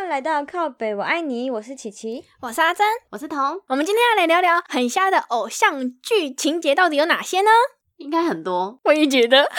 们来到靠北，我爱你，我是琪琪。我是阿珍，我是彤，我们今天要来聊聊很瞎的偶像剧情节到底有哪些呢？应该很多。我也觉得，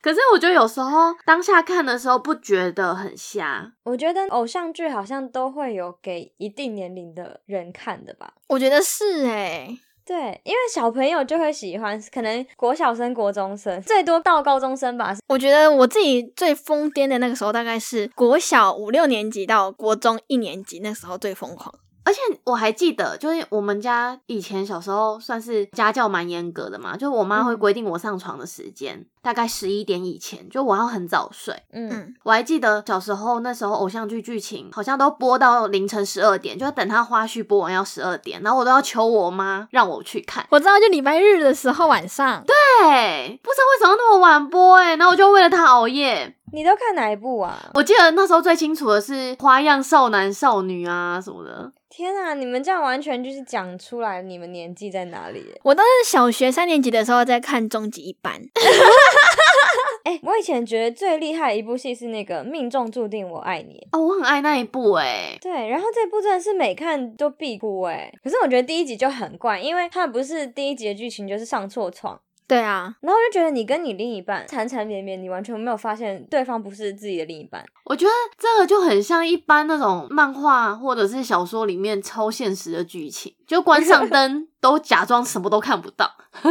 可是我觉得有时候当下看的时候不觉得很瞎，我觉得偶像剧好像都会有给一定年龄的人看的吧？我觉得是哎、对，因为小朋友就会喜欢，可能国小生、国中生，最多到高中生吧。我觉得我自己最疯癫的那个时候，大概是国小五六年级到国中一年级那时候最疯狂。而且我还记得，就是我们家以前小时候算是家教蛮严格的嘛，就我妈会规定我上床的时间、大概十一点以前，就我要很早睡。嗯，我还记得小时候那时候偶像剧剧情好像都播到凌晨十二点，就等他花絮播完要十二点，然后我都要求我妈让我去看。我知道，就礼拜日的时候晚上，对，啊对，不知道为什么那么晚播哎、然后我就为了他熬夜。你都看哪一部啊？我记得那时候最清楚的是《花样少男少女》啊什么的。天啊，你们这样完全就是讲出来你们年纪在哪里耶。我都是小学三年级的时候在看终极一班， 哎、我以前觉得最厉害的一部戏是那个《命中注定我爱你》。哦，我很爱那一部哎、对，然后这部真的是每看都必哭哎、可是我觉得第一集就很怪，因为它不是第一集的剧情就是上错床，对啊，然后我就觉得你跟你另一半缠缠绵绵，你完全没有发现对方不是自己的另一半。我觉得这个就很像一般那种漫画或者是小说里面超现实的剧情，就关上灯都假装什么都看不到。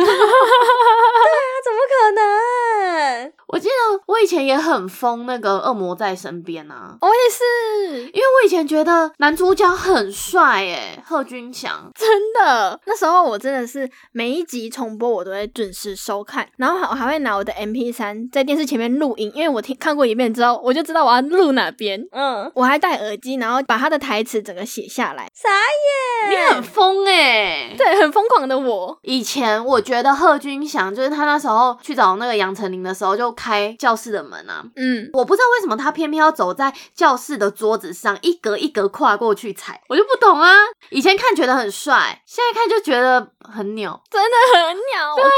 那怎么可能？我记得我以前也很疯那个《恶魔在身边》啊，我也是，因为我以前觉得男主角很帅诶、贺军翔。真的，那时候我真的是每一集重播我都会准时收看，然后我还会拿我的 MP 三在电视前面录音，因为我听看过一遍之后，我就知道我要录哪边。嗯，我还戴耳机，然后把他的台词整个写下来。傻你眼，很疯诶、对，很疯狂的我，以前我觉得贺军翔就是他那时候去找那个杨丞琳的时候，就开教室的门啊。嗯，我不知道为什么他偏偏要走在教室的桌子上，一格一格跨过去踩，我就不懂啊。以前看觉得很帅，现在看就觉得很鸟。真的很鸟。对啊，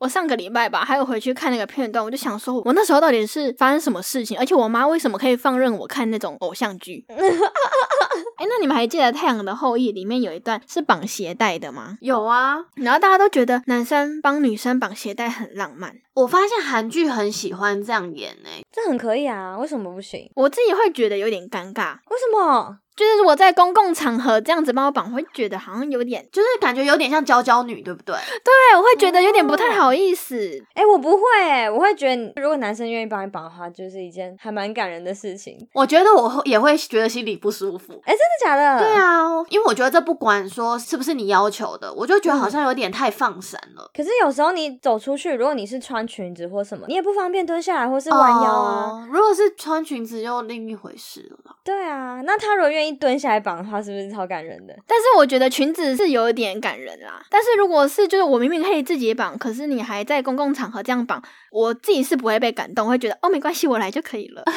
我上个礼拜吧，还有回去看那个片段，我就想说，我那时候到底是发生什么事情？而且我妈为什么可以放任我看那种偶像剧？哎，那你们还记得《太阳的后裔》里面有一段是绑鞋带的吗？有啊，然后大家都觉得男生帮女生绑鞋带很浪漫，我发现韩剧很喜欢这样演欸诶、这很可以啊，为什么不行？我自己会觉得有点尴尬。为什么？就是如果在公共场合这样子帮我绑，我会觉得好像有点，就是感觉有点像娇娇女，对不对？对我会觉得有点不太好意思。哎、哦我不会哎、我会觉得你如果男生愿意帮你绑的话，就是一件还蛮感人的事情。我觉得我会也会觉得心里不舒服。哎、真的假的？对。啊，因为我觉得这不管说是不是你要求的，我就觉得好像有点太放闪了。可是有时候你走出去，如果你是穿裙子或什么，你也不方便蹲下来或是弯腰啊。哦如果是穿裙子又另一回事了啦。对啊，那他如果愿意蹲下来绑的话，是不是超感人的？但是我觉得裙子是有点感人啦。但是如果是就是我明明可以自己绑，可是你还在公共场合这样绑，我自己是不会被感动，会觉得哦没关系，我来就可以了。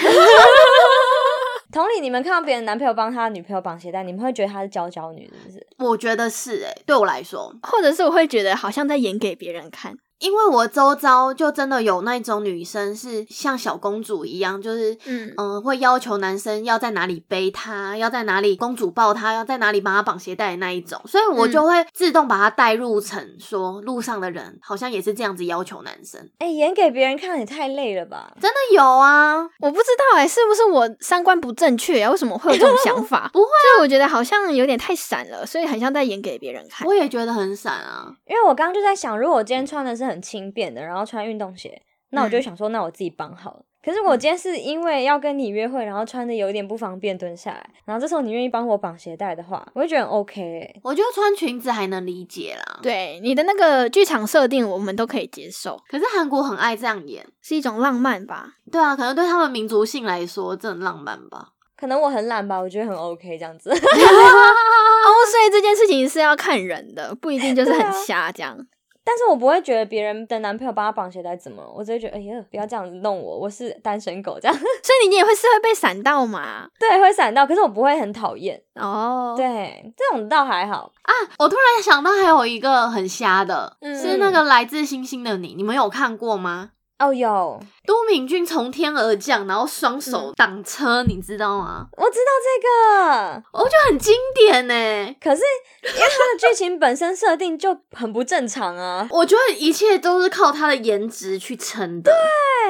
同理，你们看到别人男朋友帮他女朋友绑鞋带，你们会觉得她是娇娇女，是不是？我觉得是诶、对我来说，或者是我会觉得好像在演给别人看。因为我周遭就真的有那种女生是像小公主一样，就是嗯，嗯、会要求男生要在哪里背她，要在哪里公主抱她，要在哪里帮她绑鞋带的那一种，所以嗯我就会自动把她带入成说路上的人好像也是这样子要求男生，哎、演给别人看也太累了吧？真的有啊，我不知道哎、是不是我三观不正确啊？为什么会有这种想法？不会所以我觉得好像有点太闪了，所以很像在演给别人看。我也觉得很闪啊，因为我刚刚就在想，如果我今天穿的是很轻便的，然后穿运动鞋，那我就嗯想说，那我自己绑好了。可是我今天是因为要跟你约会，然后穿的有一点不方便蹲下来，然后这时候你愿意帮我绑鞋带的话，我会觉得很 OK 欸、我觉得穿裙子还能理解啦，，对你的那个剧场设定，我们都可以接受，可是韩国很爱这样演。是一种浪漫吧？ 对啊，可能对他们民族性来说，这很浪漫吧。可能我很懒吧，我觉得很 OK 这样子。哦，所以这件事情是要看人的，不一定就是对啊很瞎这样。但是我不会觉得别人的男朋友帮他绑鞋带怎么，我只会觉得哎呀，不要这样子弄我，我是单身狗这样。 所以你也会是会被闪到嘛？对，会闪到，可是我不会很讨厌。哦，，对，这种倒还好。啊我突然想到还有一个很瞎的，嗯是那个来自星星的你，你们有看过吗？哦，有，都敏俊从天而降，然后双手挡车，你知道吗？我知道这个，我觉得很经典呢、。可是因为它的剧情本身设定就很不正常啊我觉得一切都是靠他的颜值去撑的。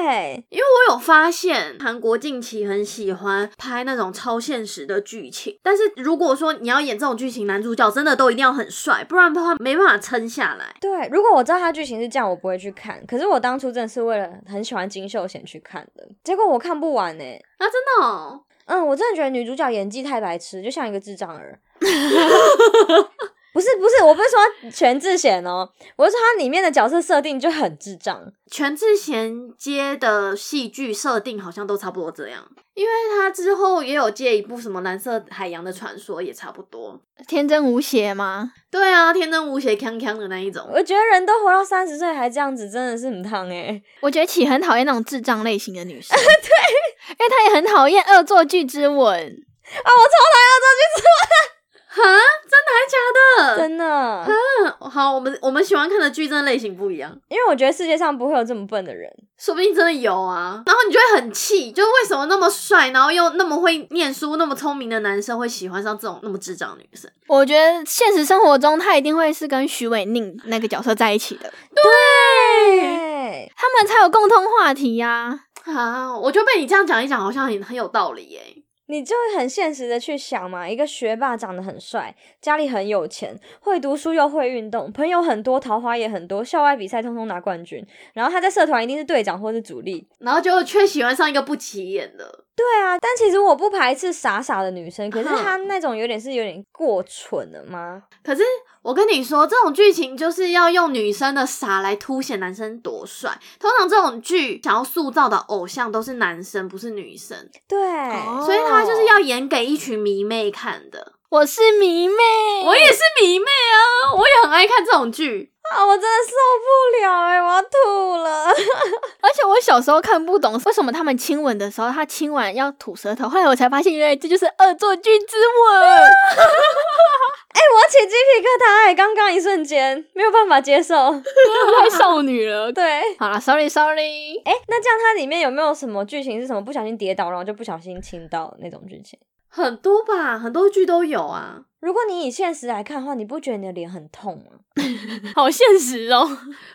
对，因为我有发现，韩国近期很喜欢拍那种超现实的剧情，但是如果说你要演这种剧情，男主角真的都一定要很帅，不然的话没办法撑下来。对，如果我知道它剧情是这样，我不会去看。可是我当初真的是为了很喜欢金秀贤去看的，结果我看不完欸呢、啊，真的、哦，嗯，我真的觉得女主角演技太白痴，就像一个智障 儿。不是不是，我不是说全智贤哦，我是说它里面的角色设定就很智障。全智贤接的戏剧设定好像都差不多这样，因为他之后也有接一部什么《蓝色海洋的传说》，也差不多。天真无邪吗？对啊，天真无邪、锵锵的那一种。 我觉得人都活到三十岁还这样子，真的是很烫哎、我觉得启很讨厌那种智障类型的女 生，对，因为她也很讨厌恶作剧之吻。啊，我超哈，真的讨厌恶作还假的？剧，真的，嗯，好，我们我们喜欢看的剧真的类型不一样。因为我觉得世界上不会有这么笨的人。说不定真的有啊，然后你就会很气，就是为什么那么帅，然后又那么会念书、那么聪明的男生会喜欢上这种那么智障的女生？ 我觉得现实生活中，她一定会是跟徐伟宁那个角色在一起的，对，他们才有共通话题呀、啊，我觉得被你这样讲一讲，好像很很有道理耶、你就会很现实的去想嘛，一个学霸长得很帅，家里很有钱，会读书又会运动，朋友很多，桃花也很多，校外比赛通通拿冠军，然后他在社团一定是队长或是主力。然后结果却喜欢上一个不起眼的，对啊，但其实我不排斥傻傻的女生，可是哼她那种有点是有点过蠢了吗？可是我跟你说，这种剧情就是要用女生的傻来凸显男生多帅。通常这种剧想要塑造的偶像都是男生，不是女生，对，哦所以他就是要演给一群迷妹看的。我是迷妹，哦我也是迷妹啊，我也很爱看这种剧。啊，我真的受不了哎、我要吐了。 哎而且我小时候看不懂为什么他们亲吻的时候，他亲完要吐舌头，后来我才发现，原来这就是恶作剧之吻。 我起鸡皮疙瘩、欸，刚刚一瞬间没有办法接受。 太少女了。对，好了，sorry sorry，哎、那这样它里面有没有什么剧情是什么不小心跌倒，然后就不小心亲到的那种剧情？很多吧，很多剧都有啊。如果你以现实来看的话，你不觉得你的脸很痛吗？好现实哦。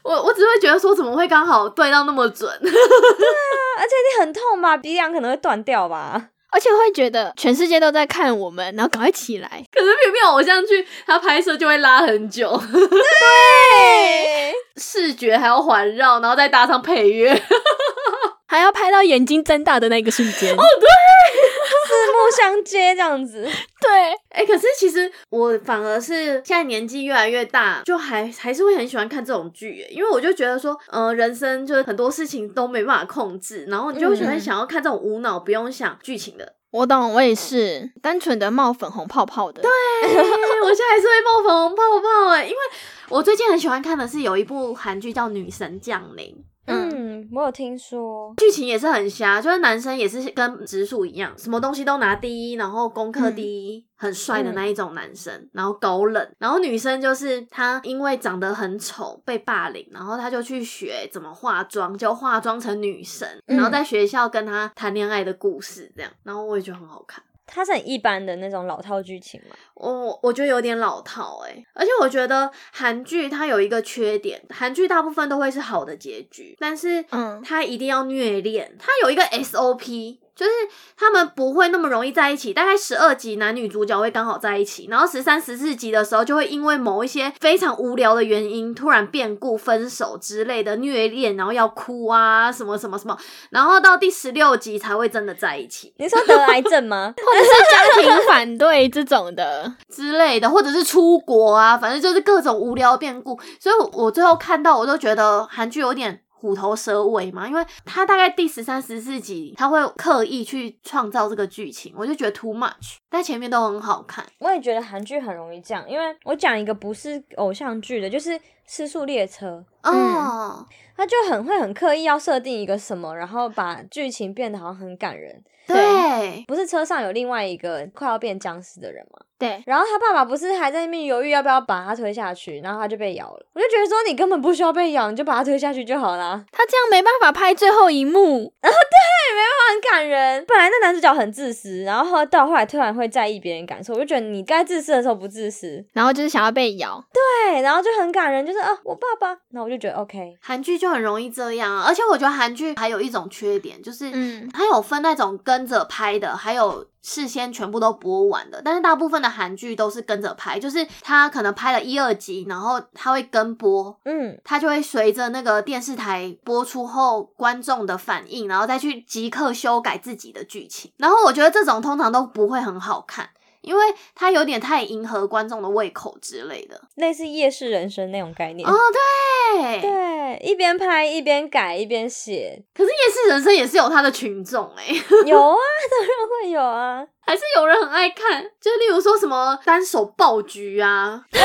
我我只会觉得说，怎么会刚好对到那么准？ 啊，而且你很痛吧，鼻梁可能会断掉吧。而且会觉得全世界都在看我们，然后赶快起来。可是偏偏偶像剧它拍摄就会拉很久， 对，视觉还要环绕，然后再搭上配乐。还要拍到眼睛睁大的那个瞬间。哦， 四目相接这样子。对，哎、可是其实我反而是现在年纪越来越大，就还还是会很喜欢看这种剧耶，因为我就觉得说，嗯、人生就是很多事情都没办法控制，然后你就喜欢嗯想要看这种无脑不用想剧情的。 我懂，我也是单纯的冒粉红泡泡的。对，欸我现在还是会冒粉红泡泡哎，因为我最近很喜欢看的是有一部韩剧叫《女神降临》。嗯，嗯，我有听说。剧情也是很瞎，就是男生也是跟直属一样，什么东西都拿第一，然后功课第一，很帅的那一种男生，然后高冷，然后女生就是她因为长得很丑被霸凌，然后她就去学怎么化妆，就化妆成女神，嗯然后在学校跟她谈恋爱的故事这样，然后我也觉得很好看。它是很一般的那种老套剧情嘛，我我觉得有点老套哎、而且我觉得韩剧它有一个缺点，韩剧大部分都会是好的结局，但是嗯它一定要虐恋，它有一个 SOP，就是他们不会那么容易在一起，大概十二集男女主角会刚好在一起，然后十三、十四集的时候就会因为某一些非常无聊的原因突然变故、分手之类的虐恋，然后要哭啊什么什么什么，然后到第十六集才会真的在一起你说得癌症吗？或者是家庭反对这种 的，之类的，或者是出国啊，反正就是各种无聊变故。所以我，我最后看到我都觉得韩剧有点虎头蛇尾嘛，因为他大概第十三、十四集他会刻意去创造这个剧情，我就觉得 too much。但前面都很好看，我也觉得韩剧很容易这样，因为我讲一个不是偶像剧的，就是《失速列车》，哦，他就很会很刻意要设定一个什么，然后把剧情变得好像很感人。对。不是车上有另外一个快要变僵尸的人吗？对，然后他爸爸不是还在那边犹豫要不要把他推下去，然后他就被咬了。我就觉得说你根本不需要被咬，你就把他推下去就好啦，他这样没办法拍最后一幕，很感人。本来那男主角很自私，然后到后来突然会在意别人感受，我就觉得你该自私的时候不自私，然后就是想要被咬。对，然后就很感人，就是啊我爸爸，那我就觉得 OK，韩剧就很容易这样啊，而且我觉得韩剧还有一种缺点，就是嗯，它有分那种跟着拍的，还有事先全部都播完的。但是大部分的韩剧都是跟着拍，就是它可能拍了一二集，然后它会跟播，嗯，它就会随着那个电视台播出后观众的反应，然后再去即刻修改自己的剧情。然后我觉得这种通常都不会很好看，因为它有点太迎合观众的胃口之类的。类似夜市人生那种概念。哦，对，对，一边拍一边改一边写，可是夜市人生也是有它的群众哎、有啊，当然会有啊。 还是有人很爱看，就例如说什么单手爆菊啊，对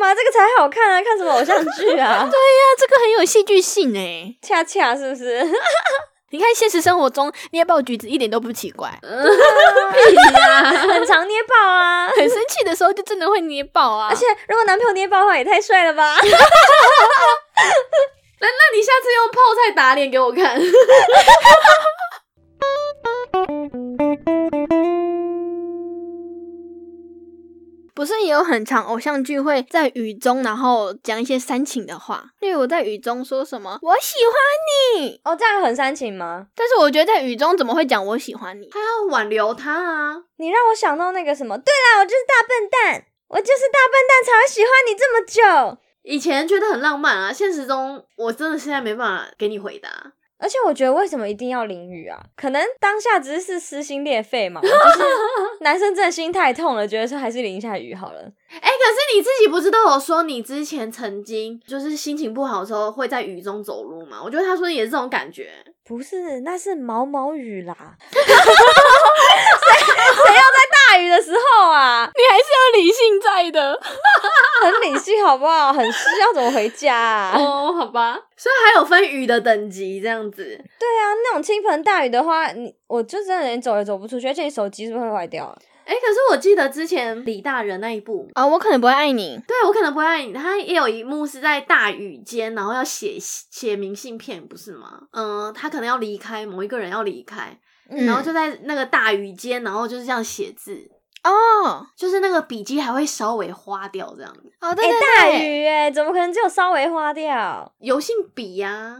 嘛，这个才好看啊！看什么偶像剧啊？对，那这个很有戏剧性诶。恰恰是不是？ 你看现实生活中捏爆橘子一点都不奇怪， 嗯很常捏爆啊！很生气的时候就真的会捏爆啊。 而且如果男朋友捏爆的话，也太帅了吧！那那你下次用泡菜打脸给我看。 不是也有很长偶像剧会在雨中，然后讲一些煽情的话，例如在雨中说什么“我喜欢你 哦，这样很煽情吗”，？但是我觉得在雨中怎么会讲“我喜欢你他要挽留他啊，你让我想到那个什么，对啦，我就是大笨蛋，我就是大笨蛋才会喜欢你这么久。以前觉得很浪漫啊，现实中我真的现在没办法给你回答。欸而且我觉得为什么一定要淋雨啊？可能当下只是撕心裂肺嘛，就是男生真的心太痛了，觉得说还是淋一下雨好了。哎、可是你自己不是都有说你之前曾经就是心情不好的时候会在雨中走路吗？我觉得他说的也是这种感觉。不是，那是毛毛雨啦。 谁谁要在大雨的时候啊”，？你还是要理性在的。 很理性好不好？ 很湿要怎么回家啊？哦，好吧，所以还有分雨的等级这样子。对啊，那种倾盆大雨的话，你我就真的连走也走不出去，而且你手机是不是会坏掉啊？哎、可是我记得之前李大人那一部，啊、我可能不会爱你。对我可能不爱你。他也有一幕是在大雨间，然后要写写明信片，不是吗？嗯，他可能要离开某一个人要离开，嗯然后就在那个大雨间，然后就是这样写字，哦就是那个笔记还会稍微花掉这样子，哦，对哎、对对，大雨哎、怎么可能只有稍微花掉？油性笔呀、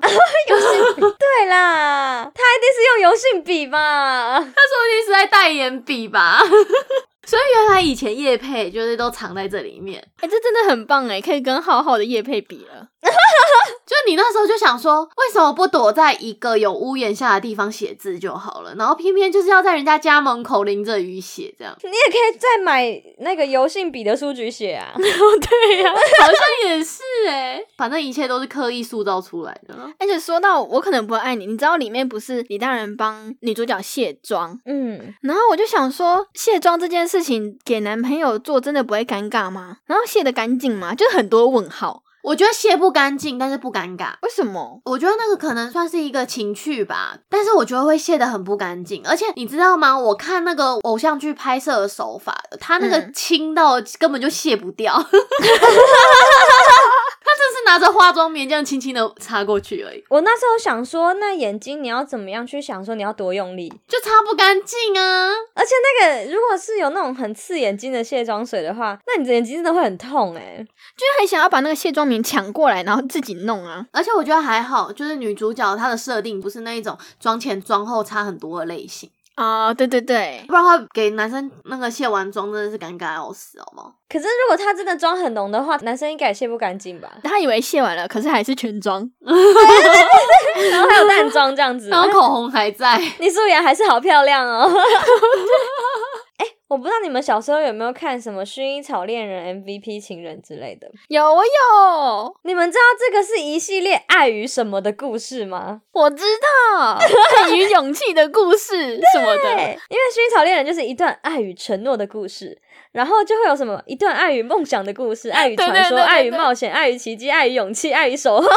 油性笔对啦，他一定是用油性笔吧？ 他说不定是在代言笔吧。 所以原来以前叶配就是都藏在这里面，哎、这真的很棒哎，可以跟浩浩的叶配比了。就你那时候就想说，为什么不躲在一个有屋檐下的地方写字就好了？然后偏偏就是要在人家家门口淋着雨写这样。你也可以再买那个油性笔的书局写啊。哦对呀、 好像也是哎、反正一切都是刻意塑造出来的。 而且说到我可能不会爱你，你知道里面不是李大人帮女主角卸妆，嗯，然后我就想说，卸妆这件事情给男朋友做真的不会尴尬吗？然后卸得干净吗？就很多问号，我觉得卸不干净，但是不尴尬。为什么？我觉得那个可能算是一个情趣吧，但是我觉得会卸得很不干净。而且你知道吗？我看那个偶像剧拍摄的手法，他那个嗯轻到根本就卸不掉。 他只是拿着化妆棉这样轻轻的擦过去而已，我那时候想说，那眼睛你要怎么样去想说你要多用力？就擦不干净啊！而且那个如果是有那种很刺眼睛的卸妆水的话，那你的眼睛真的会很痛哎、就很想要把那个卸妆棉抢过来，然后自己弄啊。而且我觉得还好，就是女主角她的设定不是那一种妆前妆后差很多的类型。啊、对对对，？不然的话，给男生那个卸完妆真的是尴尬要死，好吗？可是如果他真的妆很浓的话，男生应该也卸不干净吧 他以为卸完了，可是还是全妆。然后还有淡妆这样子， 然后口红还在， 你素颜还是好漂亮哦。 哎、我不知道你们小时候有没有看什么《薰衣草恋人》MVP 情人之类的？有我有，你们知道这个是一系列爱与什么的故事吗？我知 道爱与勇气的故事什么对，因的。为《薰衣草恋人》就是一段爱与承诺的故事，然后就会有什么一段爱与梦想的故事，爱与传对对说，对对爱与冒险，爱与奇迹，爱与勇气，爱与守候。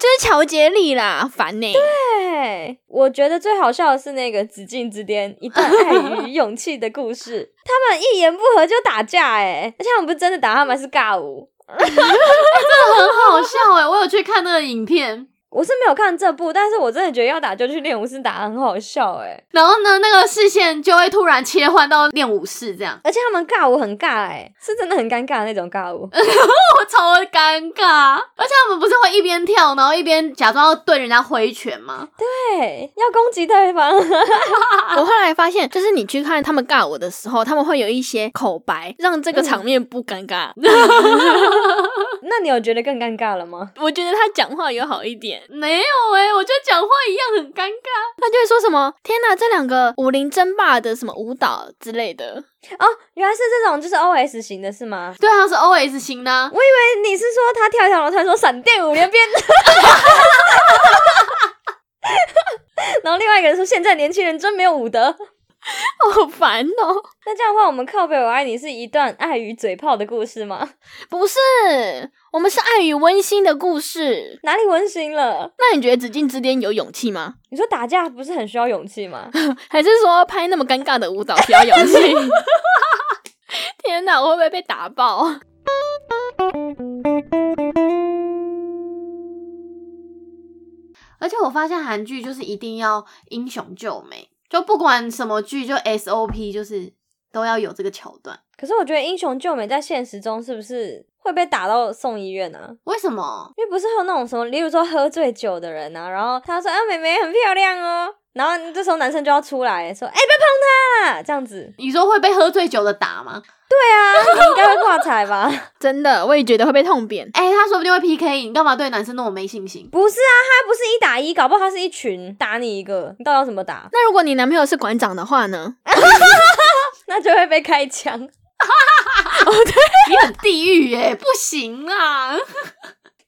就是乔杰利啦，烦呢、对，我觉得最好笑的是那个《紫禁之巅》，一段爱与与勇气的故事。他们一言不合就打架、哎，而且他们不是真的打，他们还是尬舞。 很好笑哎、我有去看那个影片，我是没有看这部，但是我真的觉得要打就去练武室打，很好笑哎、然后呢，那个视线就会突然切换到练武士这样，而且他们尬舞很尬哎、是真的很尴尬的那种尬舞。我 超尴尬。而且他们不是会一边跳，然后一边假装要对人家挥拳吗？对，要攻击对方。 我后来发现，就是你去看他们尬舞的时候，他们会有一些口白，让这个场面不尴尬。 那你有觉得更尴尬了吗？我觉得他讲话有好一点，没有哎、我就讲话一样很尴尬。他就会说什么“天哪，这两个武林争霸的什么舞蹈之类的 哦，原来是这种，就是 O S 型的是吗？对啊，是 O S 型呢、我以哎为你是说他跳一跳，然后突然说闪电五连鞭， 然后另外一个人说现在年轻人真没有武德。”，好烦哦！那这样的话，我们靠北我爱你是一段爱与嘴炮的故事吗？不是，我们是爱与温馨的故事。哪里温馨了？那你觉得《紫禁之巅》有勇气吗？你说打架不是很需要勇气吗？还是说拍那么尴尬的舞蹈需要勇气？ 天哪，我会不会被打爆？而且我发现韩剧就是一定要英雄救美，就不管什么剧，就 S O P 就是都要有这个桥段。可是我觉得英雄救美在现实中是不是会被打到送医院啊？为什么？因为不是会有那种什么，例如说喝醉酒的人啊，然后他说啊，妹妹很漂亮哦，然后这时候男生就要出来说，哎、不要碰她啦，这样子，你说会被喝醉酒的打吗？对啊，你应该会挂彩吧？真的，我也觉得会被痛扁。哎、他说不定会 P K 你，干嘛对男生那么没信心？不是啊，他不是一打一，搞不好他是一群打你一个，你到底要怎么打？那如果你男朋友是馆长的话呢？那就会被开枪。你很地狱耶、不行啊！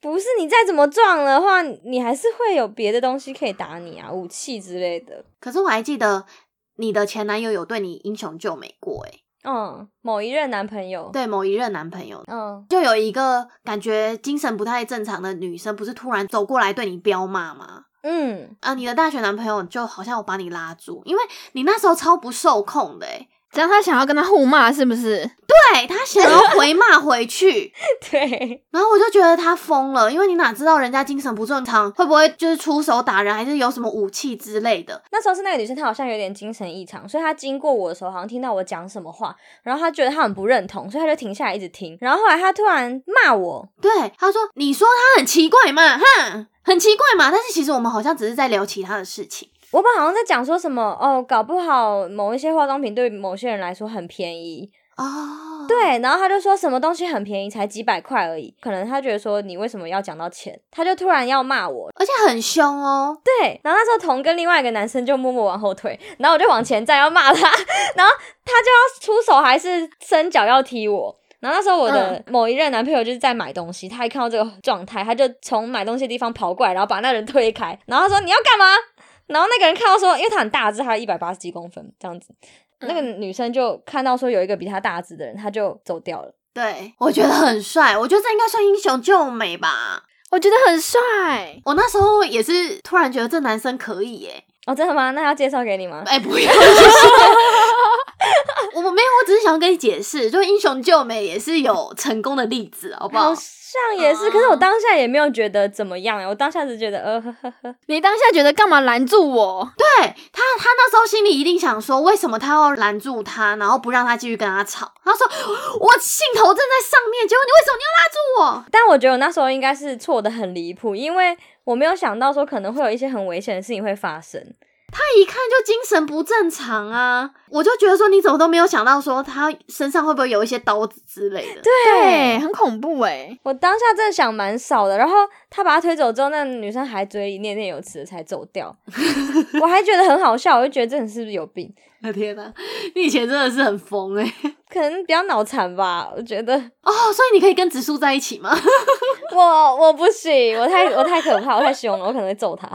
不是你再怎么撞的话，你还是会有别的东西可以打你啊，武器之类的。可是我还记得你的前男友有对你英雄救美过、欸，嗯，某一任男朋友，对某一任男朋友，嗯，就有一个感觉精神不太正常的女生，不是突然走过来对你彪骂吗？嗯， 啊，你的大学男朋友就好像有把你拉住，因为你那时候超不受控的、欸，只要他想要跟他互骂，是不是？对他想要回骂回去，对，然后我就觉得他疯了，因为你哪知道人家精神不正常，会不会就是出手打人，还是有什么武器之类的？那时候是那个女生，她好像有点精神异常，所以她经过我的时候，好像听到我讲什么话，然后她觉得她很不认同，所以她就停下来一直听。然后后来她突然骂我，对，他说你说他很奇怪嘛，哼，很奇怪嘛，但是其实我们好像只是在聊其他的事情。我本好像在讲说什么哦，搞不好某一些化妆品对某些人来说很便宜，哦，对，然后她就说什么东西很便宜，才几百块而已，可能她觉得说你为什么要讲到钱，她就突然要骂我，而且很凶哦，对，然后那时候彤跟另外一个男生就默默往后退，然后我就往前站要骂他， 然后他就要出手还是伸脚要踢我。然后那时候我的某一任男朋友就是在买东西，他一看到这个状态，他就从买东西的地方跑过来，然后把那人推开，然后他说你要干嘛？然后那个人看到说，因为他很大只，他一百八十几公分这样子，那个女生就看到说有一个比他大只的人，他就走掉了。对我觉得很帅，我觉得这应该算英雄救美吧。我觉得很帅。我那时候也是突然觉得这男生可以耶、哦，真的吗？那要介绍给你吗？哎、不要，谢谢。我没有，我只是想跟你解释，就英雄救美也是有成功的例子，好不好好？啊像也是，可是我当下也没有觉得怎么样哎，我当下只觉得呃呵 呵呵。你当下觉得干嘛拦住我？对他，他那时候心里一定想说，为什么他要拦住他，然后不让他继续跟他吵？他说：“我兴头正在上面，结果你为什么你要拉住我但我觉得我那时候应该是错的很离谱，因为我没有想到说可能会有一些很危险的事情会发生。？”他一看就精神不正常啊！我就觉得说，你怎么都没有想到说他身上会不会有一些刀子之类的？对，对，很恐怖哎。我当下真的想蛮少的，然后他把他推走之后，那女生还嘴里念念有词的才走 掉，我还觉得很好笑，我就觉得这人是不是有病？我的天哪、你以前真的是很疯哎、可能比较脑残吧，我觉得 哦，所以你可以跟植树在一起吗？我我不行，我太我太可怕，我太凶了，我可能会揍他。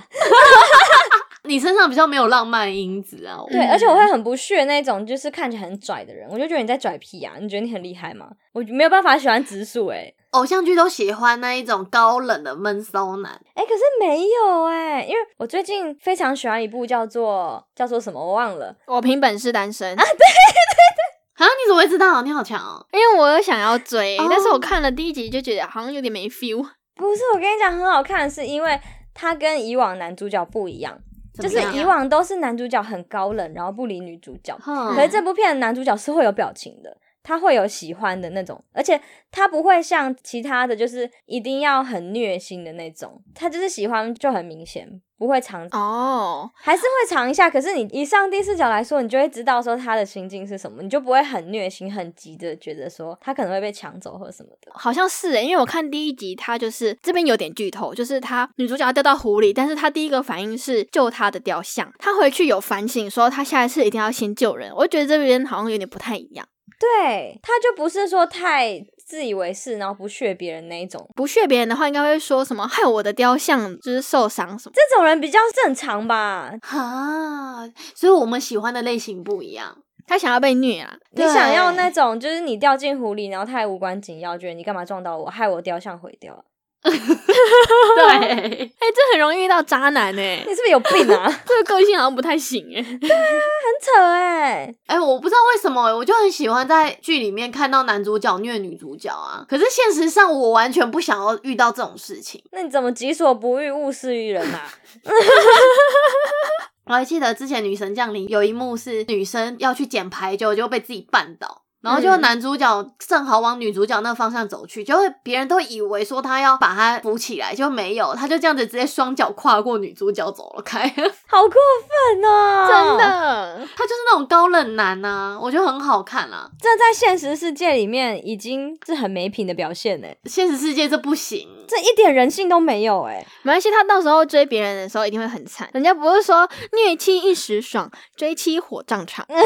你身上比较没有浪漫因子啊。我对，而且我会很不屑那种就是看起来很拽的人，我就觉得你在拽屁啊，你觉得你很厉害吗？我没有办法喜欢直树诶、偶像剧都喜欢那一种高冷的闷骚男，哎、可是没有哎、因为我最近非常喜欢一部叫做叫做什么我忘了，我凭本事单身，啊，你怎么会知道？你好强哦！因为我有想要追哦，但是我看了第一集就觉得好像有点没 feel。不是我跟你讲很好看，是因为它跟以往男主角不一样，怎就么是样以，往都是男主角很高冷，然后不理女主角，哼可是这部片的男主角是会有表情的，他会有喜欢的那种，而且他不会像其他的就是一定要很虐心的那种，他就是喜欢就很明显，不会藏，哦，还是会藏一下。可是你以上帝视角来说，你就会知道说他的心境是什么，你就不会很虐心、很急的觉得说他可能会被抢走或什么的。好像是诶，欸因为我看第一集，她就是这边有点剧透，就是她女主角掉到湖里，但是她第一个反应是救她的雕像，她回去有反省说她下一次一定要先救人，我就觉得这边好像有点不太一样，对，他就不是说太自以为是，然后不屑别人那一种，不屑别人的话应该会说什么害我的雕像就是受伤什么，这种人比较正常吧。啊，所以我们喜欢的类型不一样。她想要被虐啊，你对想要那种，就是你掉进湖里，然后他还无关紧要，觉得你干嘛撞到我，害我雕像毁掉了，对，哎、这很容易遇到渣男诶，你是不是有病啊？ 很这个个性好像不太行欸诶。扯哎、 哎、我不知道为什么、我就很喜欢在剧里面看到男主角虐女主角啊。可是现实上，我完全不想要遇到这种事情。那你怎么己所不欲，勿施于人啊？我还记得之前《女神降临》有一幕是女生要去捡排球，就被自己绊倒。然后就嗯男主角正好往女主角那方向走去，就会别人都以为说他要把她扶起来，就没有，他就这样子直接双脚跨过女主角走了 开。好过分哦！真，的，他就是那种高冷男呐、我觉得很好看啊啦、这在现实世界里面已经是很没品的表现哎、现实世界这不行，这一点人性都没有哎、 没关系，他到时候追别人的时候一定会很惨。人家不是说虐妻一时爽，追妻火葬场，嗯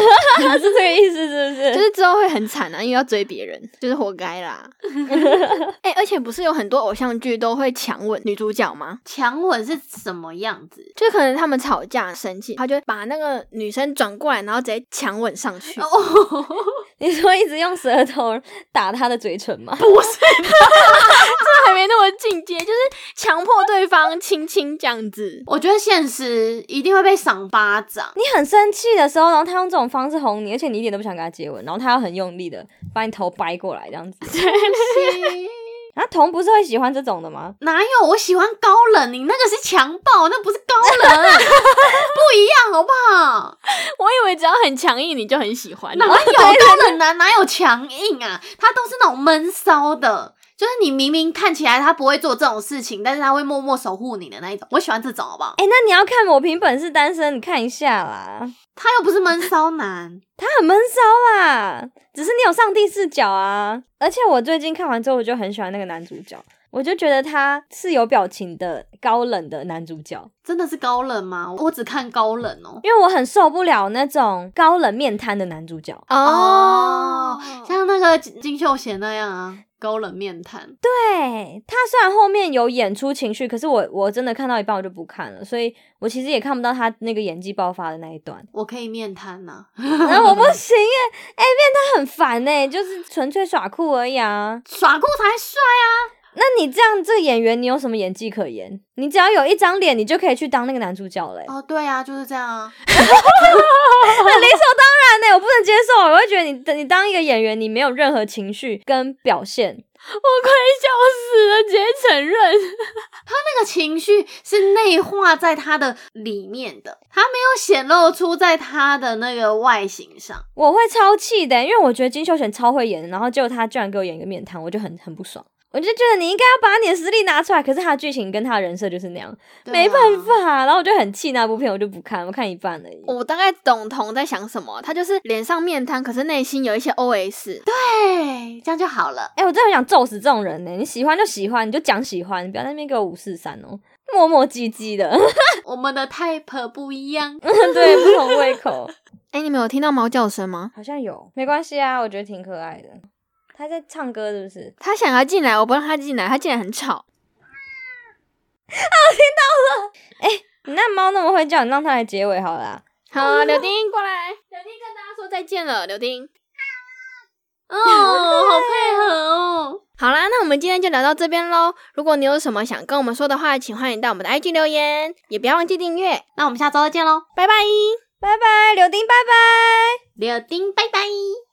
是这个意思是不是？就是之后会很惨啊，因为要追别人，就是活该 啦。哎、而且不是有很多偶像剧都会强吻女主角吗？强吻是什么样子？就可能他们吵架生气，他就会把那个女生转过来，然后直接强吻上去。哦， 你说一直用舌头打他的嘴唇吗？还没那么进阶，就是强迫对方亲亲这样 子。 我觉得现实一定会被赏巴掌。你很生气的时候，然后他用这种方式哄你，而且你一点都不想跟他接吻，然后他要很用力的把你头掰过来这样子。啊，童不是会喜欢这种的吗？哪有？我喜欢高冷，你那个是强暴，那不是高冷，啊 不一样好不好？我以为只要很强硬你就很喜欢，哪哦 有高冷男哪有强硬啊？他都是那种闷骚的，就是你明明看起来他不会做这种事情，但是他会默默守护你的那一种。我喜欢这种好不好？哎、那你要看《我凭本事单身》，你看一下啦，他又不是闷骚男，他很闷骚啦，只是你有上帝视角啊。而且我最近看完之后，我就很喜欢那个男主角，我就觉得他是有表情的高冷的男主角，真的是高冷吗？我只看高冷哦。因为我很受不了那种高冷面瘫的男主角。哦哦，像那个金金秀贤那样啊，高冷面瘫。对他虽然后面有演出情绪，可是我我真的看到一半我就不看了，所以我其实也看不到他那个演技爆发的那一段。我可以面瘫啊呐、 然后我不行耶，哎、面他很烦哎，就是纯粹耍酷而已啊。耍酷才帅啊！那你这样这个演员，你有什么演技可言？你只要有一张脸，你就可以去当那个男主角嘞、哦，对啊，就是这样啊。 很理所当然呢，我不能接受，啊我会觉得你你当一个演员，你没有任何情绪跟表现，我快笑死了，直接承认。那个情绪是内化在他的里面的，他没有显露出在他的那个外形上。我会超气的，欸因为我觉得金秀贤超会演，然后结果他居然给我演一个面瘫，我就很很不爽。我就觉得你应该要把你的实力拿出来，可是他的剧情跟他的人设就是那样，对啊没办，法。然后我就很气那部片，我就不看，我看一半而已。我大概懂彤在想什么，他就是脸上面瘫，可是内心有一些 OS。对，对，这样就好了。哎、我真的很想揍死这种人呢、你喜欢就喜欢，你就讲喜欢，你不要在那边给我五四三哦，磨磨唧唧的， 我们的 type 不一 样。对，不同胃口。哎，你们有听到猫叫声吗？好像有，没关系啊，我觉得挺可爱的。他在唱歌是不是？他想要进来，我不让他进来，他进来很吵。你那猫那么会叫，你让它来结尾好了啊、嗯好，柳丁过来，柳丁跟大家说再见了，柳丁。哦，好配合哦。好啦，那我们今天就聊到这边喽。如果你有什么想跟我们说的话，请欢迎到我们的 IG 留言，也不要忘记订阅。那我们下周再见喽，拜拜。拜拜，柳丁，拜拜。柳丁，拜拜。